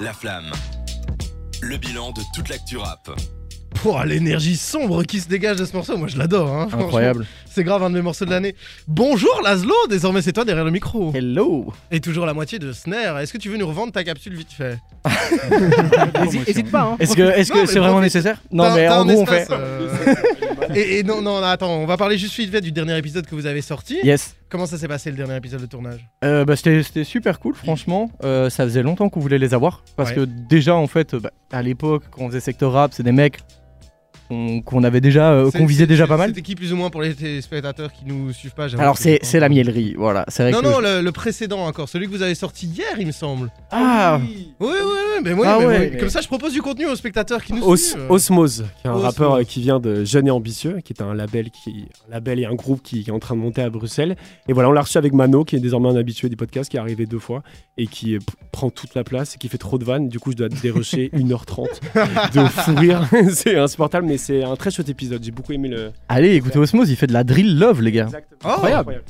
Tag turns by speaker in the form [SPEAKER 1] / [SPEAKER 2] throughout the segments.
[SPEAKER 1] La Flamme. Le bilan de toute l'actu rap.
[SPEAKER 2] Pouah, l'énergie sombre qui se dégage de ce morceau, moi je l'adore. Hein, franchement.
[SPEAKER 3] Incroyable.
[SPEAKER 2] C'est grave un de mes morceaux de l'année. Bonjour Laszlo, désormais c'est toi derrière le micro.
[SPEAKER 3] Hello.
[SPEAKER 2] Et toujours la moitié de Snare. Est-ce que tu veux nous revendre ta capsule vite fait
[SPEAKER 4] Hésite pas, hein.
[SPEAKER 3] Est-ce que est-ce
[SPEAKER 2] Non, mais
[SPEAKER 3] que c'est vraiment
[SPEAKER 2] profite.
[SPEAKER 3] nécessaire Non
[SPEAKER 2] T'as-
[SPEAKER 3] mais
[SPEAKER 2] t'as
[SPEAKER 3] en
[SPEAKER 2] un
[SPEAKER 3] gros on fait.
[SPEAKER 2] espace, euh, et, et non, non, non, attends, on va parler juste vite fait du dernier épisode que vous avez sorti.
[SPEAKER 3] Yes.
[SPEAKER 2] Comment ça s'est passé le dernier épisode de tournage
[SPEAKER 3] Euh, bah, c'était, c'était super cool, franchement. Euh, ça faisait longtemps qu'on voulait les avoir. Parce
[SPEAKER 2] Ouais.
[SPEAKER 3] que déjà, en fait, euh, bah, à l'époque, quand on faisait secteur rap, c'est des mecs qu'on, qu'on avait déjà, euh,
[SPEAKER 2] C'est-
[SPEAKER 3] qu'on visait
[SPEAKER 2] c'est-
[SPEAKER 3] déjà
[SPEAKER 2] c'est-
[SPEAKER 3] pas mal.
[SPEAKER 2] C'était qui plus ou moins pour les spectateurs qui nous suivent pas j'avoue
[SPEAKER 3] Alors,
[SPEAKER 2] que
[SPEAKER 3] c'est,
[SPEAKER 2] je-
[SPEAKER 3] c'est la mielerie, voilà. C'est vrai
[SPEAKER 2] Non,
[SPEAKER 3] que
[SPEAKER 2] non, le, le précédent encore, celui que vous avez sorti hier, il me semble.
[SPEAKER 3] Ah
[SPEAKER 2] Oui, oui, oui, mais moi,
[SPEAKER 3] Ah
[SPEAKER 2] mais moi,
[SPEAKER 3] ouais.
[SPEAKER 2] comme ça, je propose du contenu aux spectateurs qui nous
[SPEAKER 4] Os-
[SPEAKER 2] suivent.
[SPEAKER 4] Osmose, qui est un
[SPEAKER 2] euh, Osmose.
[SPEAKER 4] rappeur euh, qui vient de Jeune et Ambitieux, qui est un label, qui, un label et un groupe qui, qui est en train de monter à Bruxelles. Et voilà, on l'a reçu avec Mano, qui est désormais un habitué des podcasts, qui est arrivé deux fois et qui euh, p- prend toute la place et qui fait trop de vannes. Du coup, je dois dérocher 1h30 de fou rire. c'est insupportable, mais c'est un très chouette épisode. J'ai beaucoup aimé le.
[SPEAKER 3] Allez, écoutez Osmose, il fait de la drill love, les gars.
[SPEAKER 2] Oh,
[SPEAKER 4] Incroyable.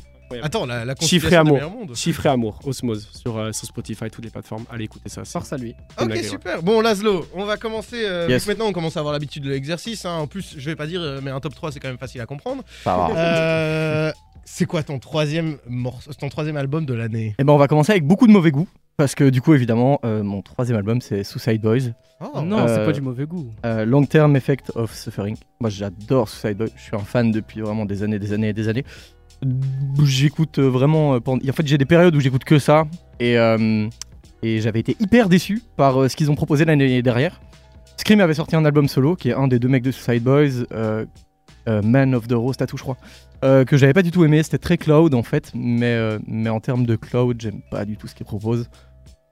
[SPEAKER 2] Attends, la, la
[SPEAKER 4] Chiffré
[SPEAKER 2] conciliation des
[SPEAKER 4] amour.
[SPEAKER 2] meilleurs mondes.
[SPEAKER 4] Chiffre et amour, Osmose, sur, euh, sur Spotify, toutes les plateformes. Allez, écoutez ça. c'est-
[SPEAKER 3] Force à lui.
[SPEAKER 4] Comme
[SPEAKER 2] Ok,
[SPEAKER 4] la guerre.
[SPEAKER 2] super. Bon, Laszlo, on va commencer. euh,
[SPEAKER 3] Yes.
[SPEAKER 2] vu que Maintenant, on commence à avoir l'habitude de l'exercice. hein. En plus, je vais pas dire, euh, mais un top 3, c'est quand même facile à comprendre.
[SPEAKER 3] Ça va.
[SPEAKER 2] Euh, c'est quoi ton troisième, morceau, ton troisième album de l'année
[SPEAKER 3] Eh ben, on va commencer avec beaucoup de mauvais goût. Parce que, du coup, évidemment, euh, mon troisième album, c'est Suicide Boys.
[SPEAKER 2] Oh,
[SPEAKER 4] Oh,
[SPEAKER 2] non.
[SPEAKER 4] non.
[SPEAKER 3] Euh,
[SPEAKER 4] Euh,
[SPEAKER 3] c'est pas du
[SPEAKER 4] mauvais goût.
[SPEAKER 3] Euh, Long Term Effect of Suffering. Moi, j'adore Suicide Boys. Je suis un fan depuis vraiment des années, des années, et des années. J'écoute euh, vraiment. euh, pendant- En fait, j'ai des périodes où j'écoute que ça. Et, euh, et j'avais été hyper déçu par euh, ce qu'ils ont proposé l'année dernière. Scream avait sorti un album solo qui est un des deux mecs de Suicide Boys, euh, euh, Man of the Rose Tattoo, je crois, euh, que j'avais pas du tout aimé. C'était très cloud en fait, mais, euh, mais en termes de cloud, j'aime pas du tout ce qu'ils proposent.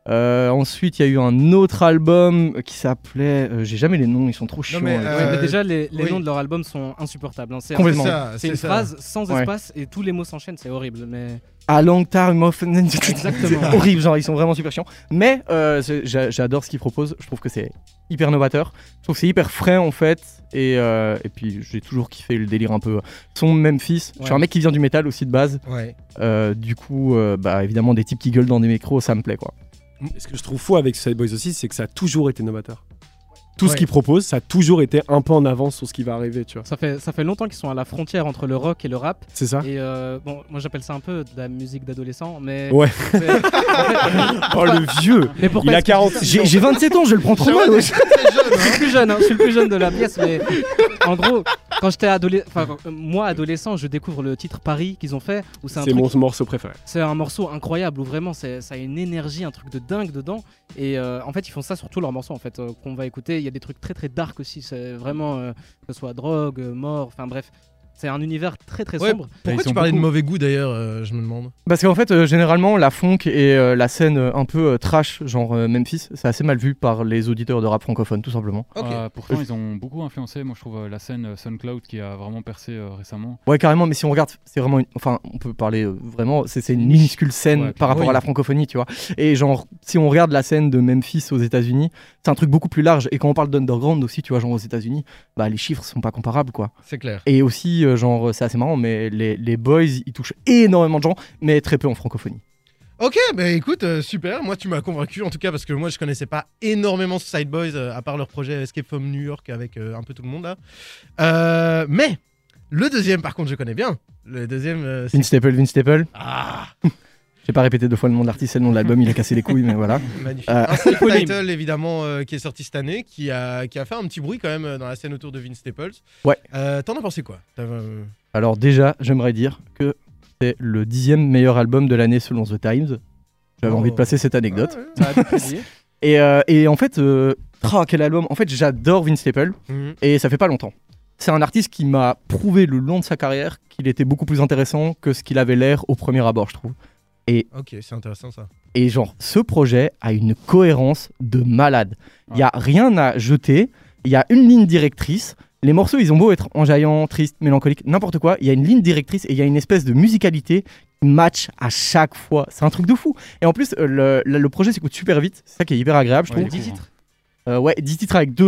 [SPEAKER 3] Euh, ensuite, il y a eu un autre album qui s'appelait. euh, J'ai jamais les noms, ils sont trop chiants.
[SPEAKER 2] mais,
[SPEAKER 3] les-
[SPEAKER 2] euh,
[SPEAKER 5] Ouais, mais déjà, les, les
[SPEAKER 2] oui.
[SPEAKER 5] noms de leurs albums sont insupportables. hein. C'est
[SPEAKER 2] C'est
[SPEAKER 3] Complètement.
[SPEAKER 2] ça,
[SPEAKER 5] c'est une
[SPEAKER 2] ça.
[SPEAKER 5] phrase sans
[SPEAKER 3] Ouais.
[SPEAKER 5] espace et tous les mots s'enchaînent, c'est horrible. Mais
[SPEAKER 3] A long time of.
[SPEAKER 5] Exactement.
[SPEAKER 3] C'est horrible, genre ils sont vraiment super chiants. Mais euh, c'est- j'a- j'adore ce qu'ils proposent. Je trouve que c'est hyper novateur. Je trouve que c'est hyper frais en fait. Et, euh, et puis j'ai toujours kiffé le délire un peu. Son Memphis. Je suis
[SPEAKER 5] Ouais.
[SPEAKER 3] un mec qui vient du métal aussi de base.
[SPEAKER 2] Ouais.
[SPEAKER 3] Euh, du coup, euh, bah évidemment, des types qui gueulent dans des micros, ça me plaît quoi.
[SPEAKER 4] Et ce que je trouve fou avec Suicide Boys aussi, c'est que ça a toujours été novateur. Tout
[SPEAKER 2] Ouais.
[SPEAKER 4] ce qu'ils proposent, ça a toujours été un peu en avance sur ce qui va arriver, tu vois.
[SPEAKER 5] ça fait, ça fait longtemps qu'ils sont à la frontière entre le rock et le rap.
[SPEAKER 4] C'est ça
[SPEAKER 5] Et euh, bon, moi j'appelle ça un peu de la musique d'adolescent, mais.
[SPEAKER 4] Ouais.
[SPEAKER 5] c'est- en fait-
[SPEAKER 4] Oh le vieux
[SPEAKER 5] mais pourquoi
[SPEAKER 4] Il a
[SPEAKER 5] est-ce que-
[SPEAKER 4] 40
[SPEAKER 3] J'ai j'ai 27 ans, je le prends trop mal. ouais.
[SPEAKER 2] Très jeune,
[SPEAKER 5] Je suis
[SPEAKER 2] hein.
[SPEAKER 5] le plus jeune, hein, je suis le plus jeune de la pièce, mais en gros, quand j'étais adolescent, enfin, euh, moi adolescent, je découvre le titre Paris qu'ils ont fait, où c'est un
[SPEAKER 4] C'est
[SPEAKER 5] truc
[SPEAKER 4] mon morceau préféré.
[SPEAKER 5] C'est un morceau incroyable où vraiment c'est- ça a une énergie, un truc de dingue dedans. Et euh, en fait, ils font ça sur tous leurs morceaux en fait euh, qu'on va écouter. Il y a des trucs très très dark aussi. C'est vraiment euh, que ce soit drogue, euh, mort, enfin bref, c'est un univers très très
[SPEAKER 2] Ouais.
[SPEAKER 5] sombre.
[SPEAKER 2] Pourquoi
[SPEAKER 3] Ils
[SPEAKER 2] tu
[SPEAKER 3] ont
[SPEAKER 2] parlais de
[SPEAKER 3] beaucoup-
[SPEAKER 2] mauvais goût d'ailleurs euh, Je me demande.
[SPEAKER 3] Parce qu'en fait, euh, généralement, la funk et euh, la scène euh, un peu euh, trash, genre euh, Memphis, c'est assez mal vu par les auditeurs de rap francophone, tout simplement.
[SPEAKER 2] Ok.
[SPEAKER 6] Euh, pourtant, ils ont beaucoup influencé, moi je trouve, euh, la scène euh, SoundCloud qui a vraiment percé euh, récemment.
[SPEAKER 3] Ouais, carrément, mais si on regarde, c'est vraiment une... Enfin, on peut parler euh, vraiment, c'est c'est une minuscule scène
[SPEAKER 6] Ouais,
[SPEAKER 3] par rapport
[SPEAKER 2] oui.
[SPEAKER 3] à la francophonie, tu vois. Et genre, si on regarde la scène de Memphis aux États-Unis, c'est un truc beaucoup plus large. Et quand on parle d'underground aussi, tu vois, genre aux États-Unis, bah les chiffres sont pas comparables, quoi.
[SPEAKER 2] C'est clair.
[SPEAKER 3] Et aussi, euh, genre, c'est assez marrant, mais les, les boys, ils touchent énormément de gens, mais très peu en francophonie.
[SPEAKER 2] Ok, bah écoute, euh, super. Moi, tu m'as convaincu en tout cas parce que moi, je connaissais pas énormément Side Boys euh, à part leur projet Escape from New York avec euh, un peu tout le monde là. Euh, mais le deuxième, par contre, je connais bien. Le deuxième, euh, c'est.
[SPEAKER 3] Vince Staple, Vince Staple.
[SPEAKER 2] Ah,
[SPEAKER 3] J'ai pas répété deux fois le nom de l'artiste et le nom de l'album, il a cassé les couilles, mais voilà.
[SPEAKER 2] magnifique.
[SPEAKER 3] Euh,
[SPEAKER 2] Un self
[SPEAKER 5] éponyme.
[SPEAKER 2] title évidemment euh, qui est sorti cette année, qui a, qui a fait un petit bruit quand même euh, dans la scène autour de Vince Staples.
[SPEAKER 3] Ouais.
[SPEAKER 2] Euh, T'en as pensé quoi T'as, euh,
[SPEAKER 3] Alors déjà, j'aimerais dire que c'est le dixième meilleur album de l'année selon The Times. J'avais
[SPEAKER 2] Oh.
[SPEAKER 3] envie de placer cette anecdote.
[SPEAKER 2] ah,
[SPEAKER 5] Ça a dépassé.
[SPEAKER 3] Et, euh, et en fait, euh, oh, quel album En fait, j'adore Vince Staple
[SPEAKER 2] ouais. Mhm.
[SPEAKER 3] et ça fait pas longtemps. C'est un artiste qui m'a prouvé le long de sa carrière qu'il était beaucoup plus intéressant que ce qu'il avait l'air au premier abord, je trouve.
[SPEAKER 2] Ok, c'est intéressant ça.
[SPEAKER 3] Et genre, ce projet a une cohérence de malade. Il y a rien à jeter, il y a une ligne directrice. Les morceaux, ils ont beau être enjaillants, tristes, mélancoliques, n'importe quoi, il y a une ligne directrice et il y a une espèce de musicalité qui match à chaque fois. C'est un truc de fou. Et en plus, euh, le, le- le projet s'écoute super vite, c'est ça qui est hyper agréable, je
[SPEAKER 6] Ouais,
[SPEAKER 3] trouve.
[SPEAKER 6] il est court, hein.
[SPEAKER 3] Euh, ouais, 10 titres avec deux,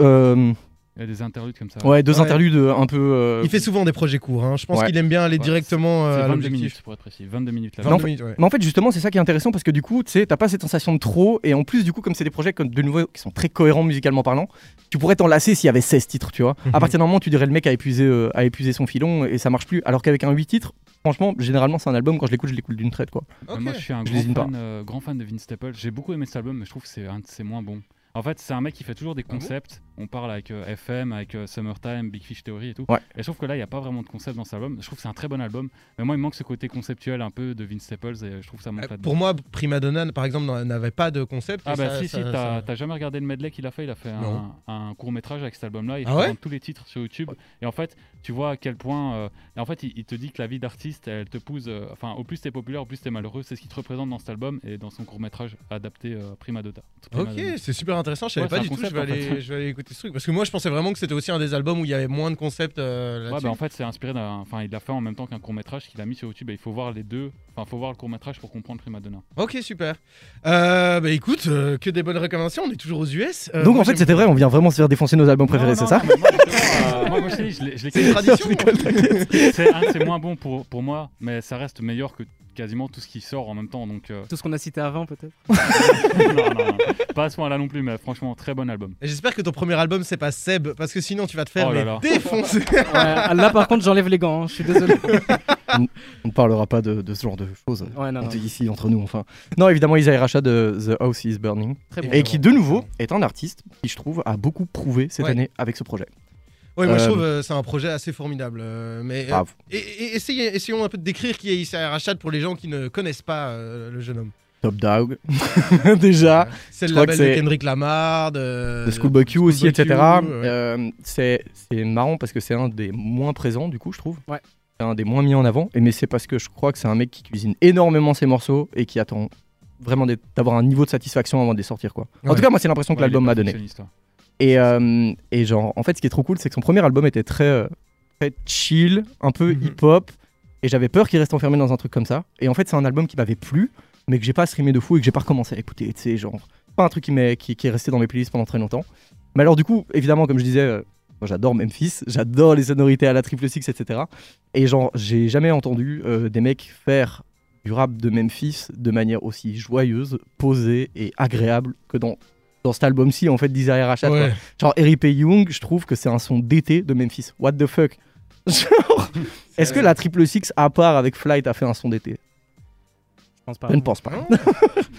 [SPEAKER 3] euh,
[SPEAKER 6] Il y a des interludes comme ça.
[SPEAKER 3] Ouais, deux
[SPEAKER 2] Ouais.
[SPEAKER 3] interludes euh, un peu. euh,
[SPEAKER 2] Il fait souvent des projets courts. hein. Je pense
[SPEAKER 3] Ouais.
[SPEAKER 2] qu'il aime bien aller
[SPEAKER 6] Ouais.
[SPEAKER 2] directement euh,
[SPEAKER 6] C'est
[SPEAKER 2] à
[SPEAKER 6] 22
[SPEAKER 2] l'objectif.
[SPEAKER 6] minutes pour être précis. 22 minutes là.
[SPEAKER 3] Non,
[SPEAKER 2] 22 minutes, ouais.
[SPEAKER 3] Mais en fait, justement, c'est ça qui est intéressant parce que du coup, tu sais, t'as pas cette sensation de trop. Et en plus, du coup, comme c'est des projets comme de nouveau qui sont très cohérents musicalement parlant, tu pourrais t'en lasser s'il y avait 16 titres, tu vois.
[SPEAKER 2] Mhm.
[SPEAKER 3] À partir d'un moment, tu dirais le mec a épuisé, euh, a épuisé son filon et ça marche plus. Alors qu'avec un 8 titres, franchement, généralement, c'est un album, quand je l'écoute, je l'écoute d'une traite, quoi.
[SPEAKER 6] Mais Moi, je suis un
[SPEAKER 3] Je
[SPEAKER 6] grand
[SPEAKER 3] lésine pas.
[SPEAKER 6] fan, euh, grand fan de Vince Staples. J'ai beaucoup aimé cet album, mais je trouve que c'est un de ses moins bons. En fait, c'est un mec qui fait toujours des
[SPEAKER 2] Ah bon
[SPEAKER 6] concepts. On parle avec euh, FM, avec euh, Summertime, Big Fish Theory et tout.
[SPEAKER 3] Ouais.
[SPEAKER 6] Et je trouve que là, il n'y a pas vraiment de concept dans cet album. Je trouve que c'est un très bon album. Mais moi, il me manque ce côté conceptuel un peu de Vince Staples et je trouve que ça manque
[SPEAKER 2] Euh,
[SPEAKER 6] là-dedans.
[SPEAKER 2] Pour moi, Prima Donna, par exemple, n'a- n'avait pas de concept.
[SPEAKER 6] Ah
[SPEAKER 2] et
[SPEAKER 6] bah
[SPEAKER 2] ça-
[SPEAKER 6] si,
[SPEAKER 2] ça-
[SPEAKER 6] si,
[SPEAKER 2] ça-
[SPEAKER 6] t'as t'as jamais regardé le medley qu'il a fait, il a fait
[SPEAKER 2] Non.
[SPEAKER 6] un, court métrage avec cet album-là, il
[SPEAKER 2] Ah ouais
[SPEAKER 6] présente tous les titres sur YouTube, et en fait, tu vois à quel point, euh, et en fait, il, il te dit que la vie d'artiste, elle te pousse, euh, enfin, au plus t'es populaire, au plus t'es malheureux, c'est ce qu'il te représente dans cet album et dans son court métrage adapté euh, Prima Donna. Prima
[SPEAKER 2] Ok,
[SPEAKER 6] Donna.
[SPEAKER 2] c'est super intéressant. Je savais
[SPEAKER 6] Ouais,
[SPEAKER 2] pas
[SPEAKER 6] c'est
[SPEAKER 2] du
[SPEAKER 6] un
[SPEAKER 2] tout. Je
[SPEAKER 6] concept,
[SPEAKER 2] vais,
[SPEAKER 6] en
[SPEAKER 2] aller,
[SPEAKER 6] fait.
[SPEAKER 2] je vais aller écouter ce truc. Parce que moi, je pensais vraiment que c'était aussi un des albums où il y avait moins de concepts euh,
[SPEAKER 6] Ouais,
[SPEAKER 2] là-dessus.
[SPEAKER 6] bah en fait, c'est inspiré d'un, enfin, il l'a fait en même temps qu'un court métrage qu'il a mis sur YouTube, et il faut voir les deux, enfin, faut voir le court métrage pour comprendre Prima Donna.
[SPEAKER 2] Ok, super. Euh, bah écoute, euh, que des bonnes recommandations. On est toujours aux US. Euh,
[SPEAKER 3] Donc
[SPEAKER 2] moi,
[SPEAKER 3] en fait,
[SPEAKER 2] j'aime-
[SPEAKER 3] c'était vrai, on vient vraiment se faire défoncer nos albums préférés,
[SPEAKER 6] Non,
[SPEAKER 3] c'est
[SPEAKER 6] non,
[SPEAKER 3] ça
[SPEAKER 6] non, mais moi, justement, euh, moi, moi, je te dis, je l'ai- je l'ai
[SPEAKER 2] c'est une tradition. hein.
[SPEAKER 6] C'est un de ses moins bons pour, pour moi, mais ça reste meilleur que quasiment tout ce qui sort en même temps. Donc, euh,
[SPEAKER 5] Tout ce qu'on a cité avant, peut-être.
[SPEAKER 6] non, non, non. pas à ce point-là non plus, mais franchement, très bon album.
[SPEAKER 2] Et J'espère que ton premier album, c'est pas Seb. Parce que sinon, tu vas te faire
[SPEAKER 6] Oh là
[SPEAKER 2] mais
[SPEAKER 6] là.
[SPEAKER 2] défoncer.
[SPEAKER 5] Ouais, là, par contre, j'enlève les gants. hein, Je suis désolé.
[SPEAKER 3] On ne parlera pas de, de ce genre de choses.
[SPEAKER 5] Ouais, non, non.
[SPEAKER 3] entre- Ici, entre nous, enfin. Non, évidemment, Isaiah Racha de The House is Burning.
[SPEAKER 5] Très bon.
[SPEAKER 3] Et qui, de nouveau, est un artiste qui, je trouve, a beaucoup prouvé cette
[SPEAKER 2] Ouais.
[SPEAKER 3] année avec ce projet.
[SPEAKER 2] Ouais, moi, je
[SPEAKER 3] Euh,
[SPEAKER 2] trouve euh, c'est un projet assez formidable. euh, mais euh,
[SPEAKER 3] Bravo.
[SPEAKER 2] et, et- essayez- essayons un peu de décrire qui est Issa Rachad pour les gens qui ne connaissent pas euh, le jeune homme.
[SPEAKER 3] Top Dog, déjà.
[SPEAKER 2] C'est
[SPEAKER 3] Je
[SPEAKER 2] le
[SPEAKER 3] crois que
[SPEAKER 2] label de
[SPEAKER 3] c'est-
[SPEAKER 2] Kendrick Lamar, de,
[SPEAKER 3] de Schoolboy Q aussi,
[SPEAKER 2] Schoolboy
[SPEAKER 3] etc.
[SPEAKER 2] Q, ouais.
[SPEAKER 3] Euh, c'est c'est marrant parce que c'est un des moins présents, du coup, je trouve.
[SPEAKER 5] Ouais.
[SPEAKER 3] C'est un des moins mis en avant. Et mais c'est parce que je crois que c'est un mec qui cuisine énormément ses morceaux et qui attend vraiment d'être- d'avoir un niveau de satisfaction avant de les sortir, quoi. En
[SPEAKER 2] Ouais.
[SPEAKER 3] tout cas, moi, c'est l'impression que
[SPEAKER 6] Ouais,
[SPEAKER 3] l'album
[SPEAKER 6] il est
[SPEAKER 3] m'a donné.
[SPEAKER 6] perfectionniste, ouais.
[SPEAKER 3] Et, euh, et genre, en fait, ce qui est trop cool, c'est que son premier album était très, euh, très chill, un peu
[SPEAKER 2] Mhm.
[SPEAKER 3] hip-hop. Et j'avais peur qu'il reste enfermé dans un truc comme ça. Et en fait, c'est un album qui m'avait plu, mais que j'ai pas streamé de fou et que j'ai pas recommencé à écouter. Tu sais, genre, pas un truc qui, m'est- qui, qui est resté dans mes playlists pendant très longtemps. Mais alors, du coup, évidemment, comme je disais, euh, moi, j'adore Memphis, j'adore les sonorités à la triple six, etc. Et genre, j'ai jamais entendu euh, des mecs faire du rap de Memphis de manière aussi joyeuse, posée et agréable que dans, dans cet album-ci, en fait, d'Isaiah Rachat. quoi.
[SPEAKER 2] Ouais.
[SPEAKER 3] Genre R.I.P. Young, je trouve que c'est un son d'été de Memphis. What the fuck Genre, est-ce que la triple six à part avec Flight a fait un son d'été
[SPEAKER 5] Je pense pas.
[SPEAKER 3] Je ne pense pas.
[SPEAKER 2] Non.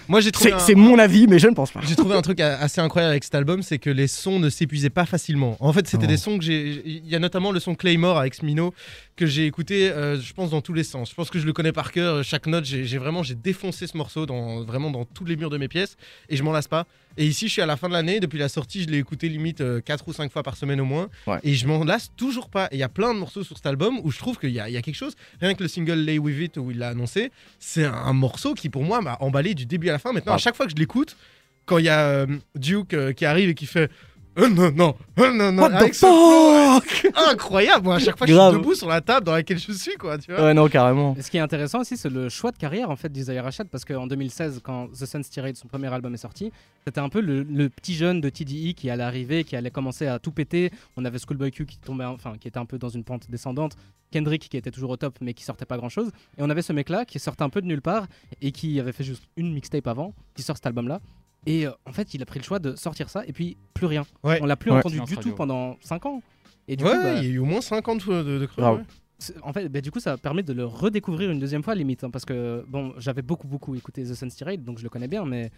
[SPEAKER 2] Moi, j'ai trouvé.
[SPEAKER 3] C'est
[SPEAKER 2] un-
[SPEAKER 3] c'est mon avis, mais je ne pense pas.
[SPEAKER 2] J'ai trouvé un truc a- assez incroyable avec cet album, c'est que les sons ne s'épuisaient pas facilement. En fait, c'était
[SPEAKER 3] Oh.
[SPEAKER 2] des sons que j'ai. Il y a notamment le son Claymore avec Smino que j'ai écouté, euh, je pense, dans tous les sens. Je pense que je le connais par cœur. Chaque note, j'ai j'ai vraiment j'ai défoncé ce morceau dans, vraiment dans tous les murs de mes pièces et je m'en lasse pas. Et ici, je suis à la fin de l'année. Depuis la sortie, je l'ai écouté limite 4 ou 5 fois par semaine au moins.
[SPEAKER 3] Ouais.
[SPEAKER 2] Et je m'en lasse toujours pas. Et il y a plein de morceaux sur cet album où je trouve qu'il y, a- il y a quelque chose. Rien que le single Lay With It où il l'a annoncé, c'est un, un morceau qui pour moi m'a emballé du début à la fin. Maintenant, à
[SPEAKER 3] Ah.
[SPEAKER 2] chaque fois que je l'écoute, quand il y a euh, Duke euh, qui arrive et qui fait Euh, non non euh, non non
[SPEAKER 3] What the
[SPEAKER 2] avec ce flow,
[SPEAKER 3] fuck
[SPEAKER 2] euh, incroyable moi à chaque fois je suis
[SPEAKER 3] Grave.
[SPEAKER 2] debout sur la table dans laquelle je suis quoi tu vois
[SPEAKER 3] Ouais, non, carrément.
[SPEAKER 5] Et Ce qui est intéressant aussi, c'est le choix de carrière en fait d'Isaiah Rashad parce qu'en 2016, quand The Sun's Tirade, son premier album est sorti, c'était un peu le, le petit jeune de TDI qui allait arriver, qui allait commencer à tout péter. On avait Schoolboy Q qui tombait, enfin qui était un peu dans une pente descendante, Kendrick qui était toujours au top mais qui sortait pas grand chose, et on avait ce mec là qui sortait un peu de nulle part et qui avait fait juste une mixtape avant, qui sort cet album là. Et euh, en fait, il a pris le choix de sortir ça et puis plus rien.
[SPEAKER 2] Ouais.
[SPEAKER 5] On l'a plus
[SPEAKER 3] Ouais.
[SPEAKER 5] entendu
[SPEAKER 6] Silence
[SPEAKER 5] du
[SPEAKER 6] radio.
[SPEAKER 5] tout pendant 5 ans. Et du
[SPEAKER 2] ouais
[SPEAKER 5] coup, bah,
[SPEAKER 2] il y a eu au moins 50 fois de, de creux,
[SPEAKER 3] Grave.
[SPEAKER 2] ouais.
[SPEAKER 5] c'est- En fait, bah, du coup, ça permet de le redécouvrir une deuxième fois, limite. hein, parce que, bon, j'avais beaucoup, beaucoup écouté The Sun's Tirade, donc je le connais bien, mais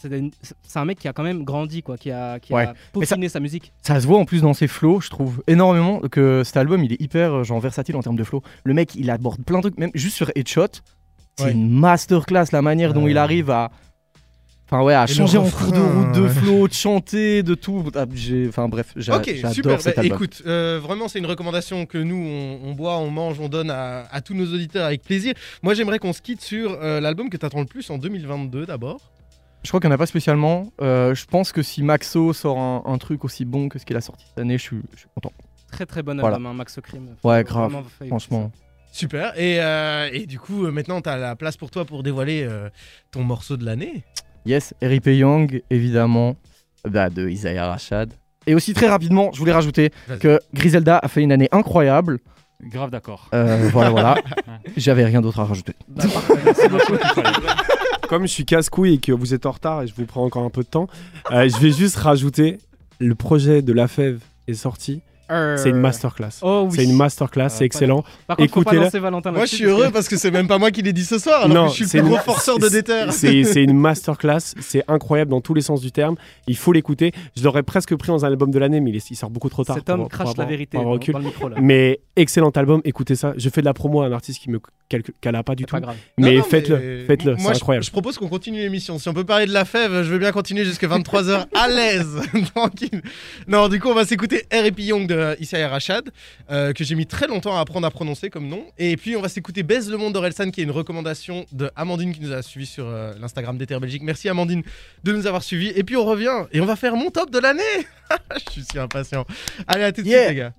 [SPEAKER 5] c'est des- c'est un mec qui a quand même grandi, quoi, qui a, qui
[SPEAKER 3] Ouais.
[SPEAKER 5] a peaufiné sa musique.
[SPEAKER 3] Ça se voit en plus dans ses flows, je trouve énormément que cet album, il est hyper euh, genre versatile en termes de flow. Le mec, il aborde plein de trucs, même juste sur Headshot. C'est
[SPEAKER 2] Ouais.
[SPEAKER 3] une masterclass la manière dont
[SPEAKER 2] Ouais.
[SPEAKER 3] il arrive à. Enfin ouais, à
[SPEAKER 2] le
[SPEAKER 3] changer en cours de
[SPEAKER 2] refrain,
[SPEAKER 3] route de
[SPEAKER 2] ouais.
[SPEAKER 3] flow, de chanter, de tout. Ah, j'ai- Enfin bref, j'a-
[SPEAKER 2] Ok,
[SPEAKER 3] j'adore
[SPEAKER 2] super.
[SPEAKER 3] cet
[SPEAKER 2] Bah,
[SPEAKER 3] album.
[SPEAKER 2] écoute, euh, vraiment, c'est une recommandation que nous, on, on boit, on mange, on donne à, à tous nos auditeurs avec plaisir. Moi, j'aimerais qu'on se quitte sur euh, l'album que t'attends le plus en 2022 d'abord.
[SPEAKER 3] Je crois qu'il n'y en a pas spécialement. Euh, je pense que si Maxo sort un, un truc aussi bon que ce qu'il a sorti cette année, je suis, je suis content.
[SPEAKER 5] Très, très bon
[SPEAKER 3] Voilà.
[SPEAKER 5] album, hein, Max O'Crim.
[SPEAKER 3] Ouais,
[SPEAKER 5] Faut vraiment
[SPEAKER 3] grave,
[SPEAKER 5] faire écouter
[SPEAKER 3] Franchement.
[SPEAKER 2] Super. Et, euh, et du coup, euh, maintenant, t'as la place pour toi pour dévoiler euh, ton morceau de l'année.
[SPEAKER 3] Yes, R.I.P. Young, évidemment. Bah, de Isaiah Rashad. Et aussi très rapidement, je voulais rajouter
[SPEAKER 2] Vas-y.
[SPEAKER 3] que Griselda a fait une année incroyable.
[SPEAKER 6] Grave d'accord.
[SPEAKER 3] Euh, voilà, voilà. J'avais rien d'autre à rajouter.
[SPEAKER 5] Bah, parfait, merci beaucoup.
[SPEAKER 4] Comme je suis casse-couille et que vous êtes en retard et je vous prends encore un peu de temps, euh, je vais juste rajouter le projet de La Fève est sorti. C'est une masterclass.
[SPEAKER 5] Euh. Oh oui.
[SPEAKER 4] C'est une masterclass,
[SPEAKER 5] pas
[SPEAKER 4] c'est excellent.
[SPEAKER 5] Par contre, faut pas
[SPEAKER 4] Écoutez-le.
[SPEAKER 5] lancer Valentin
[SPEAKER 2] Moi, je
[SPEAKER 5] là-dessus
[SPEAKER 2] suis
[SPEAKER 5] parce que-
[SPEAKER 2] heureux parce que c'est même pas moi qui l'ai dit ce soir, alors
[SPEAKER 4] Non,
[SPEAKER 2] que je suis
[SPEAKER 4] c'est
[SPEAKER 2] le plus gros
[SPEAKER 4] une-
[SPEAKER 2] forceur de déter.
[SPEAKER 4] C'est c'est une masterclass, c'est incroyable dans tous les sens du terme. Il faut l'écouter. Je l'aurais presque pris dans un album de l'année, mais il, est- il sort beaucoup trop tard.
[SPEAKER 5] Cet
[SPEAKER 4] pour-
[SPEAKER 5] homme
[SPEAKER 4] pour
[SPEAKER 5] crache la
[SPEAKER 4] avoir-
[SPEAKER 5] vérité
[SPEAKER 4] pour avoir
[SPEAKER 5] dans,
[SPEAKER 4] recul.
[SPEAKER 5] dans le micro là.
[SPEAKER 4] Mais excellent album, écoutez ça. Je fais de la promo à un artiste qui me calque- cala pas du
[SPEAKER 5] C'est
[SPEAKER 4] tout.
[SPEAKER 5] pas grave.
[SPEAKER 2] Non,
[SPEAKER 4] Mais
[SPEAKER 2] non,
[SPEAKER 4] faites-le, faites-le,
[SPEAKER 2] Moi,
[SPEAKER 4] c'est
[SPEAKER 2] je-
[SPEAKER 4] incroyable.
[SPEAKER 2] Je, propose qu'on continue l'émission. Si on peut parler de la fève, je veux bien continuer jusqu'à 23h à l'aise, tranquille. Non, du coup, on va s'écouter R.E.P. Young de Issa Rachad, euh, que j'ai mis très longtemps à apprendre à prononcer comme nom. Et puis, on va s'écouter Baise le monde d'Orelsan, qui est une recommandation de Amandine qui nous a suivis sur euh, l'Instagram d'Ether Belgique. Merci Amandine de nous avoir suivis. Et puis, on revient et on va faire mon top de l'année. je suis si impatient. Allez, à tout de
[SPEAKER 3] Yeah.
[SPEAKER 2] suite, les gars.